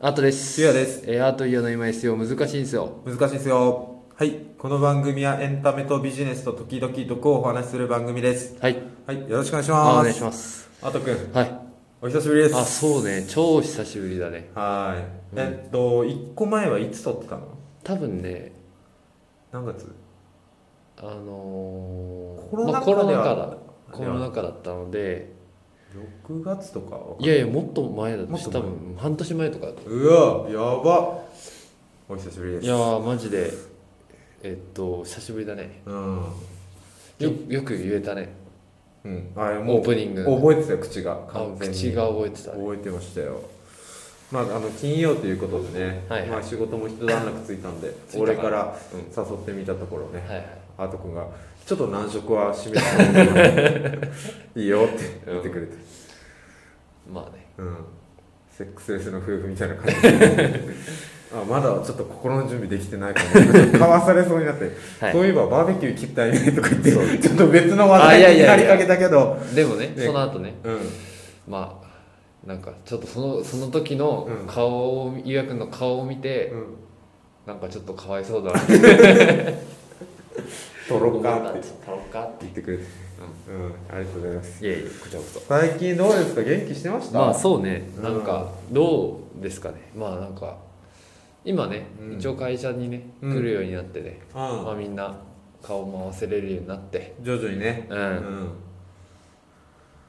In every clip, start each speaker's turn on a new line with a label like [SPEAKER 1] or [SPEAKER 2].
[SPEAKER 1] アートです。
[SPEAKER 2] ゆうやです。
[SPEAKER 1] えー、アートイヤの今 SEO 難しいんですよ。
[SPEAKER 2] 難しいですよはいこの番組はエンタメとビジネスと時々とこうお話しする番組です
[SPEAKER 1] はい。
[SPEAKER 2] はいよろしくお願いし
[SPEAKER 1] あ
[SPEAKER 2] ます
[SPEAKER 1] お願いします。
[SPEAKER 2] あとくん
[SPEAKER 1] はい。
[SPEAKER 2] お久しぶりです
[SPEAKER 1] あ、そうね。超久しぶりだね。
[SPEAKER 2] はいえっと1個前はいつ撮ってたの
[SPEAKER 1] 多分ね、
[SPEAKER 2] 何月
[SPEAKER 1] あのー、
[SPEAKER 2] コロナ
[SPEAKER 1] まあ
[SPEAKER 2] 禍
[SPEAKER 1] コロ
[SPEAKER 2] で
[SPEAKER 1] ナ禍
[SPEAKER 2] は
[SPEAKER 1] だ。コロナ禍だったので、
[SPEAKER 2] 6月とか
[SPEAKER 1] いやいや、もっと前だとし、
[SPEAKER 2] もっ
[SPEAKER 1] 多
[SPEAKER 2] と前
[SPEAKER 1] 分半年前とかだと。
[SPEAKER 2] うわやばお久しぶりです
[SPEAKER 1] いやー、マジで、えっと、久しぶりだね。
[SPEAKER 2] うん
[SPEAKER 1] よよく言えたね。
[SPEAKER 2] うんあ
[SPEAKER 1] オ
[SPEAKER 2] も
[SPEAKER 1] ー
[SPEAKER 2] う
[SPEAKER 1] プニング。
[SPEAKER 2] 覚えてたよ口が
[SPEAKER 1] あ
[SPEAKER 2] 完全に
[SPEAKER 1] 口が覚えてたね。
[SPEAKER 2] 覚えてましたよまああの金曜ということでね、
[SPEAKER 1] はいはい
[SPEAKER 2] まあ、仕事も一段落ついたんで
[SPEAKER 1] ついたから
[SPEAKER 2] 俺から
[SPEAKER 1] うん
[SPEAKER 2] 誘ってみたところね、
[SPEAKER 1] はいはい。
[SPEAKER 2] アート君が「ちょっと難色は示して いいよ」って言ってくれて、
[SPEAKER 1] まあね。
[SPEAKER 2] うんセックスレスの夫婦みたいな感じ あまだちょっと心の準備できてないかもちょっとかわされそうになって、
[SPEAKER 1] はい
[SPEAKER 2] そういえばバーベキュー切ったよねとか言って
[SPEAKER 1] そう
[SPEAKER 2] ちょっと別の話
[SPEAKER 1] あいや
[SPEAKER 2] 題
[SPEAKER 1] い
[SPEAKER 2] に
[SPEAKER 1] や
[SPEAKER 2] ない
[SPEAKER 1] や
[SPEAKER 2] りかけたけど
[SPEAKER 1] でもね、
[SPEAKER 2] ね
[SPEAKER 1] その後ね。
[SPEAKER 2] うん
[SPEAKER 1] まあなんかちょっとそのその時の
[SPEAKER 2] うん
[SPEAKER 1] 顔をゆうやくんの顔を見て、
[SPEAKER 2] うん
[SPEAKER 1] なんかちょっとかわいそうだなって
[SPEAKER 2] 撮ろうか
[SPEAKER 1] っ
[SPEAKER 2] ってて
[SPEAKER 1] ろうかって
[SPEAKER 2] 言ってくれてうん、ありがとうございます
[SPEAKER 1] いやいやこちらこ
[SPEAKER 2] 最近どうですか元気してまし
[SPEAKER 1] そ
[SPEAKER 2] た
[SPEAKER 1] まあそうね
[SPEAKER 2] うん
[SPEAKER 1] なんかどうですかねまあなんか今ね、
[SPEAKER 2] うん
[SPEAKER 1] 一応会社にね
[SPEAKER 2] うん
[SPEAKER 1] 来るようになってね、まあ
[SPEAKER 2] う
[SPEAKER 1] みんな顔も合わせれるようになって
[SPEAKER 2] ん徐々にね
[SPEAKER 1] うん、
[SPEAKER 2] う
[SPEAKER 1] ま
[SPEAKER 2] ん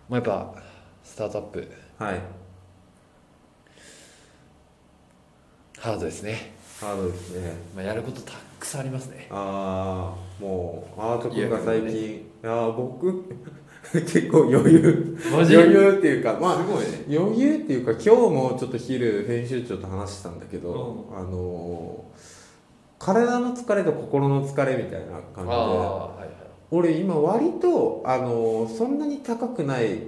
[SPEAKER 1] あやっぱスタートアップ
[SPEAKER 2] はい
[SPEAKER 1] ハードですね、
[SPEAKER 2] ハードですね
[SPEAKER 1] まあ、やることたくさんありますね
[SPEAKER 2] ああもうアート君が
[SPEAKER 1] いや
[SPEAKER 2] 最近いやー僕 結構余裕
[SPEAKER 1] マ
[SPEAKER 2] 余
[SPEAKER 1] ジ
[SPEAKER 2] 裕っていうかまあ
[SPEAKER 1] すごいね
[SPEAKER 2] 余裕っていうか今日もちょっと昼編集長と話してたんだけど、あのー体の疲れと心の疲れみたいな
[SPEAKER 1] あ
[SPEAKER 2] 感
[SPEAKER 1] あ
[SPEAKER 2] じ
[SPEAKER 1] ー
[SPEAKER 2] で
[SPEAKER 1] はいはい
[SPEAKER 2] 俺今割とあのそんなに高くない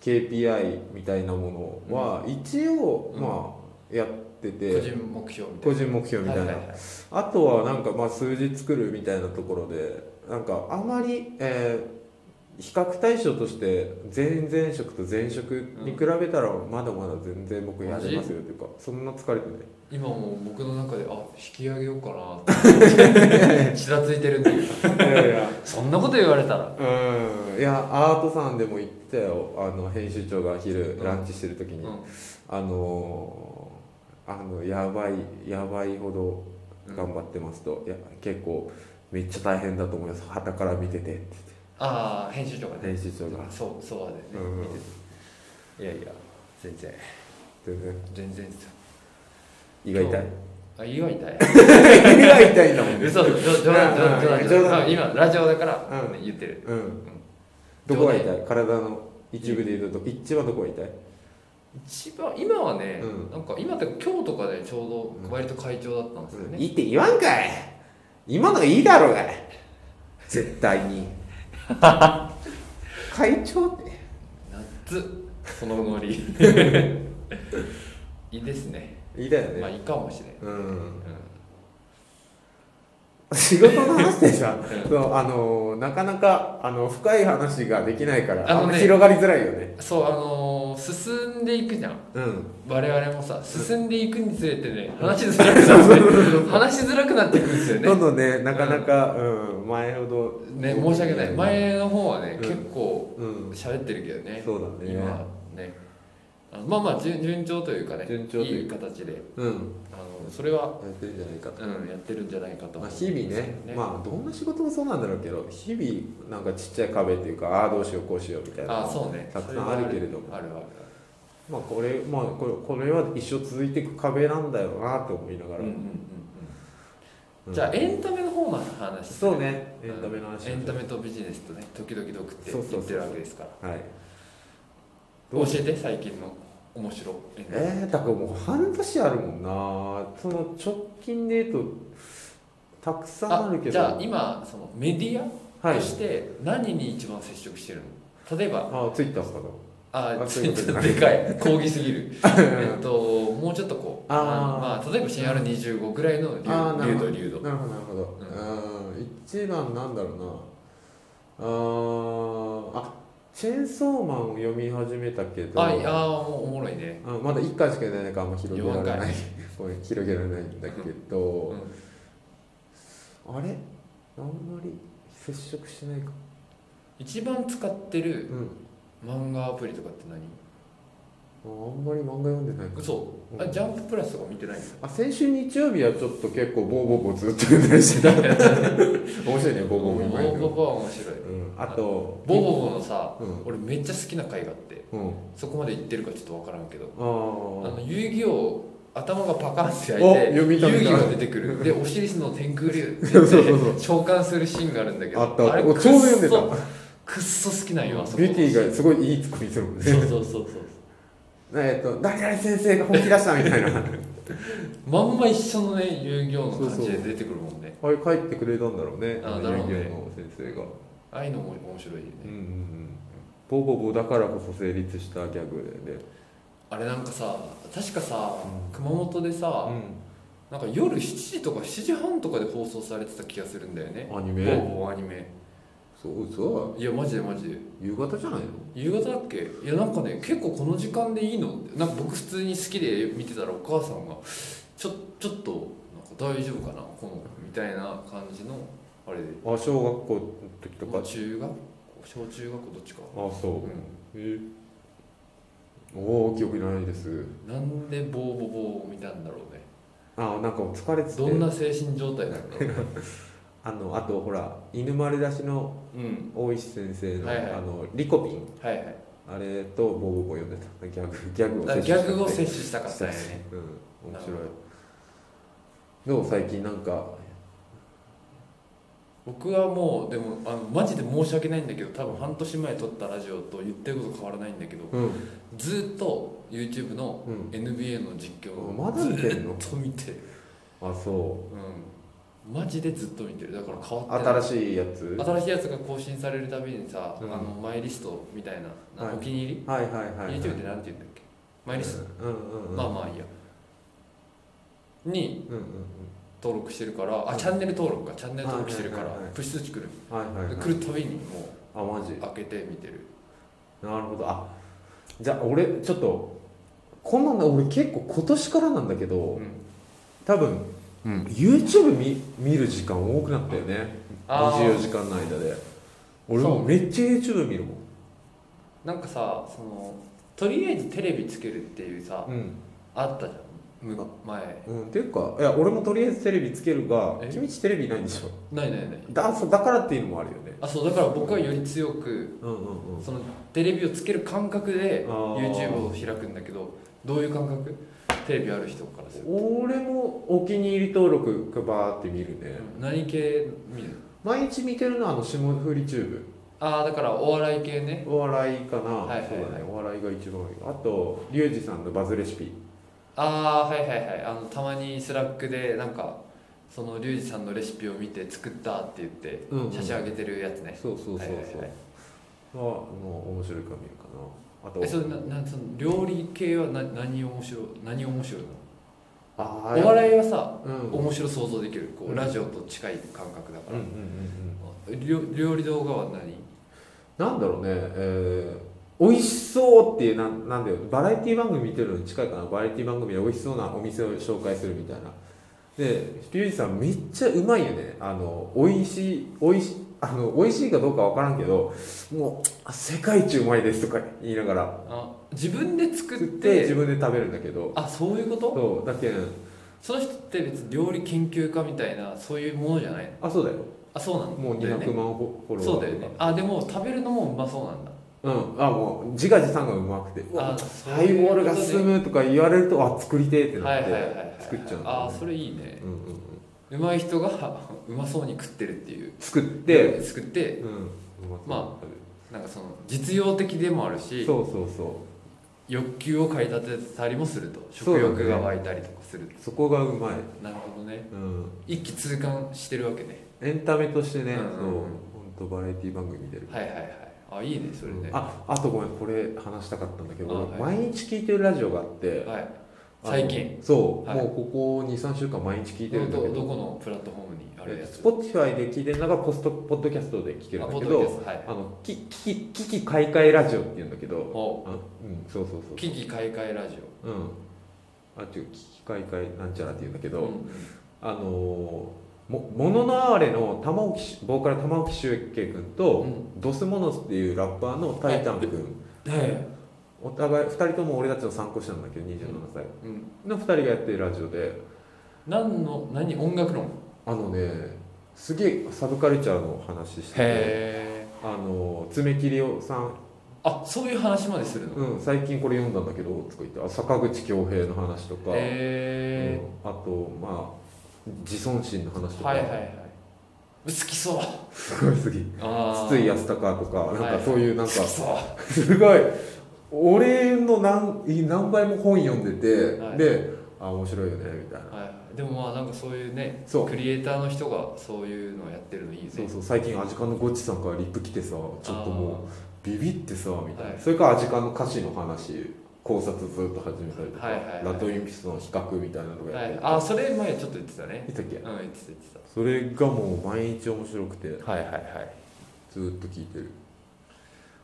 [SPEAKER 2] KPI みたいなものは一応、
[SPEAKER 1] うん
[SPEAKER 2] まあやってて
[SPEAKER 1] 個人目標みたい
[SPEAKER 2] 個
[SPEAKER 1] な
[SPEAKER 2] 人目標みたいな、
[SPEAKER 1] はいはいはい
[SPEAKER 2] あとはなんかまあ数字作るみたいなところでなんかあまり、えー比較対象として前々職と前職に比べたらまだまだ全然僕やれますよというか、そんな疲れてない
[SPEAKER 1] 今もう僕の中であ引き上げようかなってちらついてるっていうか
[SPEAKER 2] いやいや
[SPEAKER 1] そんなこと言われたら
[SPEAKER 2] うんいやアートさんでも言ってたよあの編集長が昼ランチしてる時
[SPEAKER 1] うん
[SPEAKER 2] に、あのーあのやばいやばいほど頑張ってますと、いや結構めっちゃ大変だと思います旗から見ててって
[SPEAKER 1] ああ編集長がね
[SPEAKER 2] 編集長が
[SPEAKER 1] そうそうはね、
[SPEAKER 2] うん
[SPEAKER 1] 見てていやいや全然
[SPEAKER 2] 全然
[SPEAKER 1] 全然ですよ
[SPEAKER 2] 胃が痛い
[SPEAKER 1] あ胃は痛い
[SPEAKER 2] 胃が痛いんだ もん
[SPEAKER 1] 嘘冗冗談冗談冗
[SPEAKER 2] うん
[SPEAKER 1] 談
[SPEAKER 2] 冗
[SPEAKER 1] 冗
[SPEAKER 2] 談
[SPEAKER 1] 談今ラジオだから、
[SPEAKER 2] うん
[SPEAKER 1] ね言ってる
[SPEAKER 2] うんどこが痛い体の一部で言うと一番どこが痛い
[SPEAKER 1] 一番今はね、
[SPEAKER 2] うん
[SPEAKER 1] なんか今ってか今日とかでちょうど割と会長だったんですよね、
[SPEAKER 2] いいって言わんかい今のがいいだろうがい絶対に 会長って
[SPEAKER 1] ナッツそのノ リ胃ですね
[SPEAKER 2] いいだよね、
[SPEAKER 1] まあ胃かもしれない
[SPEAKER 2] うん
[SPEAKER 1] う
[SPEAKER 2] 仕事の話でさ
[SPEAKER 1] うん
[SPEAKER 2] そうあのなかなかあの深い話ができないから
[SPEAKER 1] あのね
[SPEAKER 2] あんま広がりづらいよね
[SPEAKER 1] んそうあのー進んでいくじゃん
[SPEAKER 2] うん
[SPEAKER 1] 我々もさ進んでいくにつれてね話しづらくな って話しづらくなっていくんですよ
[SPEAKER 2] どん
[SPEAKER 1] ね
[SPEAKER 2] どんねなかなか、うん前ほど
[SPEAKER 1] ね申し訳ない前の方はね、
[SPEAKER 2] うん
[SPEAKER 1] 結構
[SPEAKER 2] うん
[SPEAKER 1] 喋ってるけどね
[SPEAKER 2] そうだね
[SPEAKER 1] 今はねあのまあまあ順順調というかね
[SPEAKER 2] 順調という
[SPEAKER 1] い形で
[SPEAKER 2] うん
[SPEAKER 1] あのそれは、
[SPEAKER 2] やってるんじゃないかと、
[SPEAKER 1] うん、やってるんじゃないかと思
[SPEAKER 2] まあ、
[SPEAKER 1] うん
[SPEAKER 2] 日々
[SPEAKER 1] ですよ
[SPEAKER 2] ねまあどんな仕事もそうなんだろうけど日々なんかちっちゃい壁っていうかああーどうしようこうしようみたいな
[SPEAKER 1] あそうね
[SPEAKER 2] たくさんあるけれども
[SPEAKER 1] そはあるある
[SPEAKER 2] まあこれまあこれこれは一生続いていく壁なんだよなと思いな
[SPEAKER 1] あ
[SPEAKER 2] が
[SPEAKER 1] るうんうんうん
[SPEAKER 2] ら、
[SPEAKER 1] う
[SPEAKER 2] うんん
[SPEAKER 1] じゃあエンタメの方の話する
[SPEAKER 2] そうねエンタメの話
[SPEAKER 1] エンタメとビジネスとね時々ドクって
[SPEAKER 2] そうそうそ
[SPEAKER 1] 言
[SPEAKER 2] う
[SPEAKER 1] ってるわけですから
[SPEAKER 2] はい
[SPEAKER 1] 教えて最近の面白いエンタメ
[SPEAKER 2] えー、だからもう半年あるもんなその直近で言うとたくさんあるけど
[SPEAKER 1] じゃあ今そのメディア
[SPEAKER 2] はい
[SPEAKER 1] として何に一番接触してるの例えば
[SPEAKER 2] あツイッターか
[SPEAKER 1] あ
[SPEAKER 2] あ
[SPEAKER 1] ち
[SPEAKER 2] そうい
[SPEAKER 1] ょ
[SPEAKER 2] う
[SPEAKER 1] っ
[SPEAKER 2] こと
[SPEAKER 1] と
[SPEAKER 2] じゃない
[SPEAKER 1] でかい講義すぎ るえっともうちょっとこう
[SPEAKER 2] あ
[SPEAKER 1] ま
[SPEAKER 2] ー
[SPEAKER 1] あ、例えば CR25 ぐらいの流
[SPEAKER 2] あーなるほど
[SPEAKER 1] 流度流度
[SPEAKER 2] ななるほどなるほど、うん、一番なんだろうなあーあチェーンソーマンを読み始めたけど
[SPEAKER 1] あいやーもうおもろいね
[SPEAKER 2] あまだ1巻しか出ないからあんま広げられ
[SPEAKER 1] 四
[SPEAKER 2] な
[SPEAKER 1] 巻
[SPEAKER 2] い ごめん広げられないんだけど、あれあんまり接触してないか
[SPEAKER 1] 一番使って
[SPEAKER 2] う
[SPEAKER 1] る
[SPEAKER 2] ん
[SPEAKER 1] 漫画アプリとかって何
[SPEAKER 2] ああんまり漫画読んでないか
[SPEAKER 1] 嘘あジャンププラスとか見てない
[SPEAKER 2] あ先週日曜日はちょっと結構ボーボーボーずっと読んだりしてた面白いねボーボーボー今いる
[SPEAKER 1] ボボボは面白い
[SPEAKER 2] うん、あと
[SPEAKER 1] ボボボのさ
[SPEAKER 2] うん
[SPEAKER 1] 俺めっちゃ好きな回があって
[SPEAKER 2] うん
[SPEAKER 1] そこまで言ってるかちょっとわからんけど
[SPEAKER 2] あ
[SPEAKER 1] あの
[SPEAKER 2] ー
[SPEAKER 1] 遊戯王頭がパカンって開
[SPEAKER 2] お
[SPEAKER 1] いて
[SPEAKER 2] 読みたい
[SPEAKER 1] 遊戯が出てくるでオシリスの天空 竜って
[SPEAKER 2] そ
[SPEAKER 1] 言っ
[SPEAKER 2] う
[SPEAKER 1] て
[SPEAKER 2] そうそう
[SPEAKER 1] 召喚するシーンがあるんだけど
[SPEAKER 2] あったあった
[SPEAKER 1] れ
[SPEAKER 2] おちょうど読んでた
[SPEAKER 1] くっそ好きなんよあそこ
[SPEAKER 2] ビューティーがすごいいいツッコミするもんね
[SPEAKER 1] そうそうそうそう
[SPEAKER 2] えっと誰々先生が本気出したみたいなあ
[SPEAKER 1] まんま一緒のね遊戯王の感じで出てくるもんね
[SPEAKER 2] れ帰ってくれたんだろうね
[SPEAKER 1] あー
[SPEAKER 2] あ
[SPEAKER 1] な
[SPEAKER 2] の
[SPEAKER 1] る
[SPEAKER 2] 遊
[SPEAKER 1] ほど
[SPEAKER 2] 戯
[SPEAKER 1] ね
[SPEAKER 2] 王の先生が
[SPEAKER 1] ああいうのも面白いよね、
[SPEAKER 2] うんうんうんボーボーボーだからこそ成立したギャグでね
[SPEAKER 1] あれなんかさ確かさ、
[SPEAKER 2] うん
[SPEAKER 1] 熊本でさ、
[SPEAKER 2] う
[SPEAKER 1] なんか夜7時とか7時半とかで放送されてた気がするんだよね
[SPEAKER 2] んアニ
[SPEAKER 1] 某
[SPEAKER 2] メ
[SPEAKER 1] アニメ
[SPEAKER 2] そうそう
[SPEAKER 1] いやマジでマジで
[SPEAKER 2] 夕方じゃないの
[SPEAKER 1] 夕方だっけいやなんかね結構この時間でいいのってなんか僕普通に好きで見てたらお母さんがちょちょっとなんか大丈夫かなこの子みたいな感じのあれで
[SPEAKER 2] あ小学校の時と
[SPEAKER 1] ま
[SPEAKER 2] か
[SPEAKER 1] あ中学校小中学校どっちか
[SPEAKER 2] あそううえおお記憶ないです
[SPEAKER 1] んなんでボーボボー見たんだろうね
[SPEAKER 2] あなんか疲れて
[SPEAKER 1] どん
[SPEAKER 2] て
[SPEAKER 1] な精神状態なんだろう、
[SPEAKER 2] あのあとほら犬丸出しの
[SPEAKER 1] うん
[SPEAKER 2] 大石先生の、
[SPEAKER 1] はいはい
[SPEAKER 2] あのリコピン
[SPEAKER 1] はいはい
[SPEAKER 2] あれとボーボーボー読んでたギャグギャグを
[SPEAKER 1] だからギ
[SPEAKER 2] 摂
[SPEAKER 1] ャ
[SPEAKER 2] 取した
[SPEAKER 1] グを摂取したかったよね
[SPEAKER 2] うん面
[SPEAKER 1] なる
[SPEAKER 2] 白い
[SPEAKER 1] ほ
[SPEAKER 2] どう最近なんか
[SPEAKER 1] 僕はもうでもあのマジで申し訳ないんだけど多分半年前撮ったラジオと言ってること変わらないんだけど
[SPEAKER 2] うん
[SPEAKER 1] ずっと YouTube の
[SPEAKER 2] うん
[SPEAKER 1] NBA の実況を
[SPEAKER 2] まだ見てんの
[SPEAKER 1] ずっと見てる
[SPEAKER 2] あそ
[SPEAKER 1] うんマジでずっと見てるだから変わ
[SPEAKER 2] う
[SPEAKER 1] ってない
[SPEAKER 2] 新しいやつ
[SPEAKER 1] 新しいやつが更新されるたびにさ、
[SPEAKER 2] うん
[SPEAKER 1] あのマイリストみたいな、
[SPEAKER 2] はい
[SPEAKER 1] お気に入り、
[SPEAKER 2] はいはいはい、はい、
[SPEAKER 1] YouTube でなんて言うんだっけマイリスト、
[SPEAKER 2] うんうんうん
[SPEAKER 1] まあまあいいやに
[SPEAKER 2] うんうん
[SPEAKER 1] 登録してるからあチャンネル登録かチャンネル登録してるから、
[SPEAKER 2] はいはいはいはい
[SPEAKER 1] プッシュ通知来る、
[SPEAKER 2] うんはいはい、はい、
[SPEAKER 1] で来るたびにもう
[SPEAKER 2] あマジ
[SPEAKER 1] 開けて見てる
[SPEAKER 2] なるほどあじゃあ俺ちょっとこんなんだ俺結構今年からなんだけど
[SPEAKER 1] うん
[SPEAKER 2] 多分、
[SPEAKER 1] うん
[SPEAKER 2] YouTube 見見る時間多くなったよね
[SPEAKER 1] あー
[SPEAKER 2] 24時間の間で俺もうめっちゃ YouTube 見るもん
[SPEAKER 1] なんかさそのとりあえずテレビつけるっていうさ
[SPEAKER 2] うん、
[SPEAKER 1] あったじゃんむ
[SPEAKER 2] あ
[SPEAKER 1] 前
[SPEAKER 2] うん、っていうかいや俺もとりあえずテレビつけるが
[SPEAKER 1] え
[SPEAKER 2] 君んちテレビないんでしょ
[SPEAKER 1] ないないない
[SPEAKER 2] だそうだからっていうのもあるよね
[SPEAKER 1] あそうだから僕はより強く
[SPEAKER 2] うんうんうん
[SPEAKER 1] そのテレビをつける感覚で
[SPEAKER 2] あー
[SPEAKER 1] YouTube を開くんだけどどういう感覚テレビある人からする
[SPEAKER 2] 俺もお気に入り登録がバーって見るね、
[SPEAKER 1] 何系見る
[SPEAKER 2] 毎日見てるのはあの霜降りチューブ
[SPEAKER 1] ああだからお笑い系ね
[SPEAKER 2] お笑いかな、
[SPEAKER 1] はいはいはい
[SPEAKER 2] そうだねお笑いが一番多いあとリュウジさんのバズレシピ
[SPEAKER 1] ああはいはいはいあのたまにスラックでなんかそのリュウジさんのレシピを見て作ったって言って
[SPEAKER 2] うんうん
[SPEAKER 1] 写真上げてるやつね、
[SPEAKER 2] そうそうそうそう、
[SPEAKER 1] はいはいはい
[SPEAKER 2] あの面白いか見るかなあと
[SPEAKER 1] えそれななその料理系はな何面白い何面白い
[SPEAKER 2] あ
[SPEAKER 1] のお笑いはさ
[SPEAKER 2] いうんうん
[SPEAKER 1] 面白想像できるこ
[SPEAKER 2] う
[SPEAKER 1] うんラジオと近い感覚だか
[SPEAKER 2] うんうん
[SPEAKER 1] ら、料料理動画は何
[SPEAKER 2] うんなんだろうねえー、美味しそうっていうなんなんだよバラエティ番組見てるのに近いかなバラエティ番組で美味しそうなお店を紹介するみたいなでリュウジさんめっちゃうまいよねあの美味しい美味しいあの美味しいかどうかわからんけどもうあ世界一うまいですとか言いながら
[SPEAKER 1] あ自分で作っ
[SPEAKER 2] 作ってて自分で食べるんだけど
[SPEAKER 1] あそういうこと
[SPEAKER 2] そうだけん
[SPEAKER 1] その人って別に料理研究家みたいなそういうものじゃない
[SPEAKER 2] あそうだよ
[SPEAKER 1] あそうなんだ
[SPEAKER 2] もう
[SPEAKER 1] だよね
[SPEAKER 2] 200万フォロワー
[SPEAKER 1] そうだよねあでも食べるのもうまそうなんだ
[SPEAKER 2] うんあもう自画自賛がうまくてうわ
[SPEAKER 1] あそう
[SPEAKER 2] ハイ
[SPEAKER 1] いうこ
[SPEAKER 2] ボー
[SPEAKER 1] と
[SPEAKER 2] ル
[SPEAKER 1] ね
[SPEAKER 2] が進むとか言われるとあ作りてえって
[SPEAKER 1] は
[SPEAKER 2] ないっ
[SPEAKER 1] はいはいはい
[SPEAKER 2] て作っちゃうんだよね
[SPEAKER 1] あそれいいね
[SPEAKER 2] うんうんうん
[SPEAKER 1] うまい人が うまそうに食ってるっていう
[SPEAKER 2] 作って
[SPEAKER 1] 作って
[SPEAKER 2] うん
[SPEAKER 1] ま
[SPEAKER 2] あ
[SPEAKER 1] なんかその実用的でもあるし
[SPEAKER 2] そうそうそ
[SPEAKER 1] 欲求を買い立てたりもすると
[SPEAKER 2] そ
[SPEAKER 1] 食
[SPEAKER 2] うだね
[SPEAKER 1] 欲が湧いたりとかする、
[SPEAKER 2] うそこがうまい
[SPEAKER 1] なるほどね
[SPEAKER 2] うん
[SPEAKER 1] 一気通貫してるわけね
[SPEAKER 2] エンタメとしてね
[SPEAKER 1] う
[SPEAKER 2] そ
[SPEAKER 1] んう
[SPEAKER 2] う
[SPEAKER 1] んうん
[SPEAKER 2] 本当バラエティ番組見てる
[SPEAKER 1] はいはいはいあいいねそれね、
[SPEAKER 2] ああとごめんこれ話したかったんだけど
[SPEAKER 1] あ
[SPEAKER 2] 俺
[SPEAKER 1] は
[SPEAKER 2] 毎日聞いてるラジオがあって
[SPEAKER 1] はい
[SPEAKER 2] あの
[SPEAKER 1] 最近
[SPEAKER 2] そう、
[SPEAKER 1] はい
[SPEAKER 2] もうここ23週間毎日聞いてるんだ
[SPEAKER 1] ど
[SPEAKER 2] け
[SPEAKER 1] ど
[SPEAKER 2] ど
[SPEAKER 1] このプラットフォームにあるやつ
[SPEAKER 2] スポティファイで聞いてるのがポストポッドキャストで聞けるんだ
[SPEAKER 1] あポ
[SPEAKER 2] け
[SPEAKER 1] ッドキャ
[SPEAKER 2] ど
[SPEAKER 1] ストはい
[SPEAKER 2] あのききききき開会ラジオっていうんだけど
[SPEAKER 1] お
[SPEAKER 2] あうんそうそうそう
[SPEAKER 1] 危機開会ラジ
[SPEAKER 2] うんあ違う危機開会なんちゃらっていうんだけ
[SPEAKER 1] オ
[SPEAKER 2] ど、あのーももののあれの玉置しボーカル玉置周慶君と、
[SPEAKER 1] うん
[SPEAKER 2] ドスモノスっていうラッパーのタイタン君、
[SPEAKER 1] うんはい
[SPEAKER 2] お互い2人とも俺たちの参考者なんだけど27歳
[SPEAKER 1] うん
[SPEAKER 2] の2人がやってるラジオで
[SPEAKER 1] 何の何音楽論
[SPEAKER 2] あのねすげえサブカルチャーの話して
[SPEAKER 1] へ
[SPEAKER 2] て
[SPEAKER 1] え
[SPEAKER 2] あの爪切りをさん、
[SPEAKER 1] あそういう話までするのへ
[SPEAKER 2] うん、最近これ読んだんだけどとか言ってあ坂口恭平の話とか、
[SPEAKER 1] え
[SPEAKER 2] うんあとまあ自尊心の話とか、
[SPEAKER 1] はいはいはい好きそう
[SPEAKER 2] すごいすぎ
[SPEAKER 1] あー
[SPEAKER 2] 筒井康隆とか
[SPEAKER 1] は
[SPEAKER 2] ないん
[SPEAKER 1] は
[SPEAKER 2] か
[SPEAKER 1] い
[SPEAKER 2] そういうなん
[SPEAKER 1] 好
[SPEAKER 2] か
[SPEAKER 1] きそう
[SPEAKER 2] すごい俺の何何倍も本読んでて、
[SPEAKER 1] はい
[SPEAKER 2] であ面白いよねみたいな
[SPEAKER 1] はいでもまあなんかそういうね
[SPEAKER 2] そう
[SPEAKER 1] クリエイターの人がそういうのをやってるのいいです
[SPEAKER 2] そう
[SPEAKER 1] ね
[SPEAKER 2] そう最近アジカンのゴッチさんからリップ来てさちょっとも
[SPEAKER 1] う
[SPEAKER 2] うビビってさみたいな、
[SPEAKER 1] はい
[SPEAKER 2] それからアジカンの歌詞の話考察ずっと始めたりとか、
[SPEAKER 1] はいはいはい
[SPEAKER 2] ラトインピストの比較みたいなのが
[SPEAKER 1] は
[SPEAKER 2] やって
[SPEAKER 1] い
[SPEAKER 2] て、
[SPEAKER 1] あそれ前ちょっと言ってたね
[SPEAKER 2] いたっけ
[SPEAKER 1] うん言ってた言って
[SPEAKER 2] それがもう毎日面白くて
[SPEAKER 1] たはいはいはい
[SPEAKER 2] ずっと聞いてる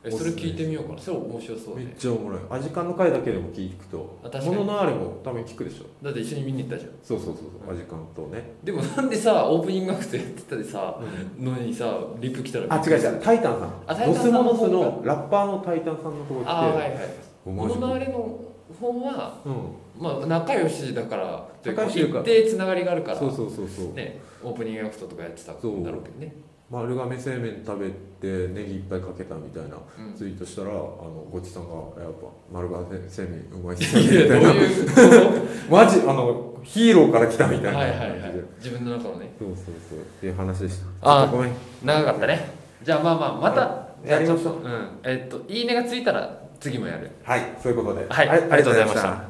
[SPEAKER 1] えそれ聞いてみようかなそれ面白そう
[SPEAKER 2] め
[SPEAKER 1] ね
[SPEAKER 2] っちゃおもろいアジカンの回だけでも聞いてくと
[SPEAKER 1] あ確か
[SPEAKER 2] も
[SPEAKER 1] に
[SPEAKER 2] ののあれも多分聞くでしょ
[SPEAKER 1] だって一緒に見に行ったじゃん
[SPEAKER 2] そうそうそうそうアジカンとね
[SPEAKER 1] でもなんでさオープニングアクトやってたでさのにさリップ来たら
[SPEAKER 2] あ違う違うタイタン
[SPEAKER 1] あ
[SPEAKER 2] さ
[SPEAKER 1] タ
[SPEAKER 2] ん
[SPEAKER 1] イ
[SPEAKER 2] ロ
[SPEAKER 1] タン
[SPEAKER 2] ス
[SPEAKER 1] さん
[SPEAKER 2] モ
[SPEAKER 1] の
[SPEAKER 2] ノ
[SPEAKER 1] 方
[SPEAKER 2] スのラッパーのタイタンさんのとこ
[SPEAKER 1] あー
[SPEAKER 2] 行っ
[SPEAKER 1] は
[SPEAKER 2] て
[SPEAKER 1] いはい
[SPEAKER 2] お
[SPEAKER 1] この
[SPEAKER 2] マジか
[SPEAKER 1] 周りの本は
[SPEAKER 2] うん
[SPEAKER 1] まあ仲良しだからというか
[SPEAKER 2] 仲良しというか
[SPEAKER 1] 一定つながりがあるから
[SPEAKER 2] そうそうそうそう
[SPEAKER 1] ねオープニングアクトとかやってたんだろうけどね
[SPEAKER 2] 丸亀製麺食べてネギいっぱいかけたみたいな
[SPEAKER 1] うん
[SPEAKER 2] ツイートしたら、あのごちさんが「やっぱ丸亀製麺うまいっ
[SPEAKER 1] い
[SPEAKER 2] す
[SPEAKER 1] や
[SPEAKER 2] ね」
[SPEAKER 1] どう
[SPEAKER 2] みたいな
[SPEAKER 1] いうこ
[SPEAKER 2] マジあのヒーローから来たみ
[SPEAKER 1] と
[SPEAKER 2] たいな
[SPEAKER 1] はい
[SPEAKER 2] 感じで、
[SPEAKER 1] はいはい自分の中のね
[SPEAKER 2] そうそうそうっていう話でした
[SPEAKER 1] あー
[SPEAKER 2] ちょっとごめん
[SPEAKER 1] 長かったねじゃあまあまあまた
[SPEAKER 2] やりましょう
[SPEAKER 1] ょうんえっといいねがついたら次もやる
[SPEAKER 2] はいそういうことで
[SPEAKER 1] はいありがとうございました